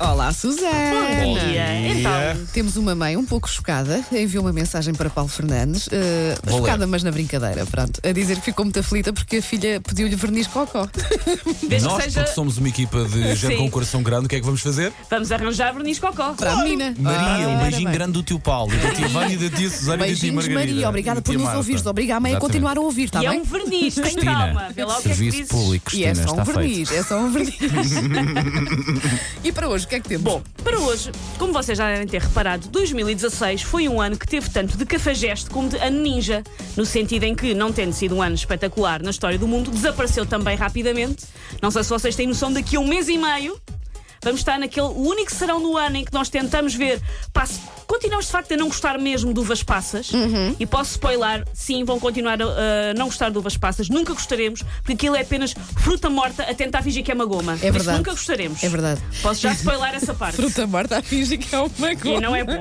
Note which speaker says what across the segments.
Speaker 1: Olá, Suzana!
Speaker 2: Então,
Speaker 1: Temos uma mãe um pouco chocada, enviou uma mensagem para Paulo Fernandes, eh,
Speaker 2: ler.
Speaker 1: chocada, mas na brincadeira, pronto, a dizer que ficou muito aflita porque a filha pediu-lhe verniz cocó.
Speaker 2: nós,
Speaker 3: Desde que seja,
Speaker 2: porque somos uma equipa de gente
Speaker 3: Sim.
Speaker 2: com um coração grande, o que é que vamos fazer?
Speaker 3: vamos arranjar verniz cocó.
Speaker 1: Para a menina.
Speaker 2: Maria, um
Speaker 1: Ah, Ora
Speaker 2: beijinho
Speaker 1: bem.
Speaker 2: grande do tio Paulo, e da tia Vânia, e da tia Susana e da tia
Speaker 1: Beijinhos,
Speaker 2: Margarida.
Speaker 1: Maria. Obrigada
Speaker 2: E da
Speaker 1: por
Speaker 2: tia
Speaker 1: nos
Speaker 2: Marta.
Speaker 1: ouvir. Obriga a mãe a
Speaker 2: Exatamente.
Speaker 1: continuar a ouvir, está
Speaker 3: E é
Speaker 1: bem?
Speaker 3: um verniz, tem calma. Vê lá o que é que
Speaker 2: Serviço
Speaker 3: diz.
Speaker 1: E
Speaker 2: público, Cristina,
Speaker 1: é só um
Speaker 2: está feito.
Speaker 1: verniz, é só um verniz. e para hoje, o que é que temos?
Speaker 3: Bom, para hoje, como vocês já devem ter reparado, 2016 foi um ano que teve tanto de cafajeste como de ano ninja, no sentido em que, não tendo sido um ano espetacular na história do mundo, desapareceu também rapidamente. Não sei se vocês têm noção, daqui a um mês e meio vamos estar naquele único serão do ano em que nós tentamos ver. Pá, se continuamos de facto a não gostar mesmo de uvas passas,
Speaker 1: Uhum.
Speaker 3: e posso spoiler, sim, vão continuar a a não gostar de uvas passas, nunca gostaremos, porque aquilo é apenas fruta morta a tentar fingir que é uma goma. Por isso
Speaker 1: verdade.
Speaker 3: Nunca gostaremos.
Speaker 1: É verdade.
Speaker 3: Posso já spoiler essa parte.
Speaker 1: Fruta morta a fingir que é uma
Speaker 3: E
Speaker 1: coisa.
Speaker 3: não é bom.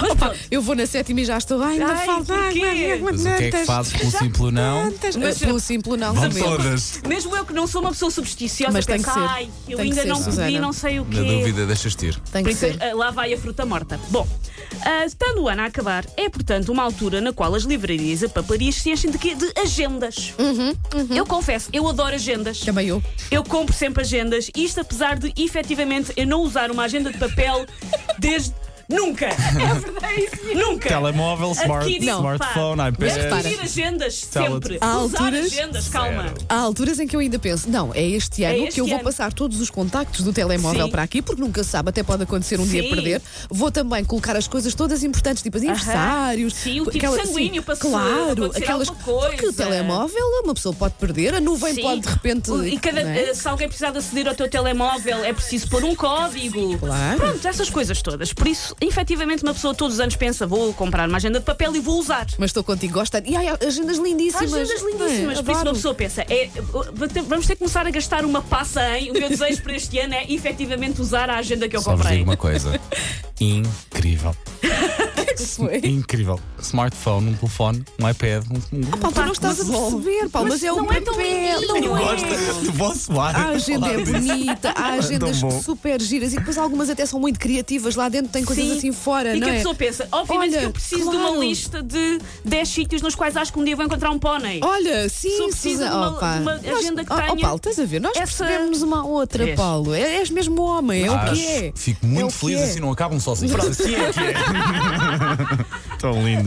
Speaker 3: Mas
Speaker 1: Opa,
Speaker 3: pronto,
Speaker 1: eu vou na sétima e já estou. Ai, ainda
Speaker 3: Ai,
Speaker 1: falta. Ai,
Speaker 3: porquê?
Speaker 1: ai,
Speaker 2: Mas o que é que fazes com o simples não?
Speaker 3: Mas-
Speaker 1: Mas, pelo simples não
Speaker 2: Vão
Speaker 1: também.
Speaker 2: todas.
Speaker 3: mesmo eu que não sou uma pessoa supersticiosa,
Speaker 1: Mas tem
Speaker 3: penso,
Speaker 1: que ser.
Speaker 3: ai,
Speaker 1: Tem
Speaker 3: eu
Speaker 1: que
Speaker 3: ainda
Speaker 1: ser,
Speaker 3: não pedi,
Speaker 1: Susana.
Speaker 3: não sei o quê.
Speaker 2: Na dúvida, deixas ter.
Speaker 1: Tem
Speaker 3: Por
Speaker 1: que
Speaker 3: isso,
Speaker 1: ser.
Speaker 3: ah, lá vai a fruta morta. Bom, ah, estando o ano a acabar, é portanto uma altura na qual as livrarias e papelarias se enchem de quê? De agendas.
Speaker 1: Uhum,
Speaker 3: Eu confesso, eu adoro agendas.
Speaker 1: Também eu.
Speaker 3: Eu compro sempre agendas, isto apesar de efetivamente eu não usar uma agenda de papel desde nunca. É verdade, Nunca.
Speaker 2: Telemóvel, smart,
Speaker 3: Adquiri- Não,
Speaker 2: smartphone,
Speaker 3: pá.
Speaker 2: iPad.
Speaker 1: Repara.
Speaker 3: Adquirir agendas
Speaker 2: Tablet.
Speaker 3: sempre.
Speaker 1: Há
Speaker 3: Usar
Speaker 1: alturas-
Speaker 3: agendas, calma.
Speaker 1: Há alturas em que eu ainda penso, não, é este ano
Speaker 3: este
Speaker 1: que eu vou
Speaker 3: ano.
Speaker 1: passar todos os contactos do telemóvel
Speaker 3: Sim.
Speaker 1: para aqui, porque nunca se sabe, até pode acontecer um dia
Speaker 3: Sim.
Speaker 1: perder. Vou também colocar as coisas todas importantes, tipo aniversários.
Speaker 3: Sim, o tipo sanguíneo para se
Speaker 1: Claro,
Speaker 3: acontecer
Speaker 1: aquelas.
Speaker 3: alguma coisa.
Speaker 1: Porque o telemóvel, uma pessoa pode perder, a nuvem
Speaker 3: Sim.
Speaker 1: pode de repente.
Speaker 3: E cada-
Speaker 1: não é?
Speaker 3: eh, se alguém precisar de aceder ao teu telemóvel, é preciso pôr um código.
Speaker 1: Claro.
Speaker 3: Pronto, essas coisas todas. Por isso, efetivamente, uma pessoa todos os anos pensa: vou comprar uma agenda de papel e vou usar.
Speaker 1: Mas estou contigo, gosta. E ai, agendas
Speaker 3: Há
Speaker 1: lindíssimas.
Speaker 3: agendas
Speaker 1: não é?
Speaker 3: lindíssimas. Por isso,
Speaker 1: Adoro.
Speaker 3: uma pessoa pensa: é, eh, vamos ter que começar a gastar uma passa em. O meu desejo para este ano é efetivamente usar a agenda que eu
Speaker 2: Só vos
Speaker 3: comprei.
Speaker 2: digo uma coisa. Incrível.
Speaker 1: Foi.
Speaker 2: Incrível. Smartphone, um telefone, um iPad, um. um...
Speaker 1: Paulo, tu não estás a perceber, Paulo, mas,
Speaker 3: Mas
Speaker 1: é um
Speaker 3: não é tão
Speaker 1: papel.
Speaker 3: lindo,
Speaker 1: não
Speaker 3: não é?
Speaker 1: é?
Speaker 2: Gosta do vosso ar.
Speaker 1: Há agenda é bonita, há agendas
Speaker 2: Tão bom.
Speaker 1: super giras e depois algumas até são muito criativas lá dentro, tem coisas
Speaker 3: Sim.
Speaker 1: assim fora,
Speaker 3: E
Speaker 1: não
Speaker 3: que a
Speaker 1: é?
Speaker 3: pessoa pensa, obviamente
Speaker 1: Olha,
Speaker 3: que eu preciso de
Speaker 1: claro.
Speaker 3: uma lista de 10 sítios nos quais acho que um dia vou encontrar um pónei.
Speaker 1: Olha, sim,
Speaker 3: Só precisa
Speaker 1: Susa-
Speaker 3: de uma-
Speaker 1: Opa.
Speaker 3: de uma
Speaker 1: Nós-
Speaker 3: agenda que
Speaker 1: oh, oh,
Speaker 3: tenha
Speaker 1: Paulo, estás a ver? Nós
Speaker 3: essa-
Speaker 1: percebemos uma outra,
Speaker 3: Vês.
Speaker 1: Paulo. É- És mesmo homem, é o
Speaker 2: Acho-
Speaker 1: que é.
Speaker 2: Fico
Speaker 1: É o
Speaker 2: muito
Speaker 1: que
Speaker 2: feliz
Speaker 1: é.
Speaker 2: assim, não acabam sozinhos. Assim é que é. Tão lindo.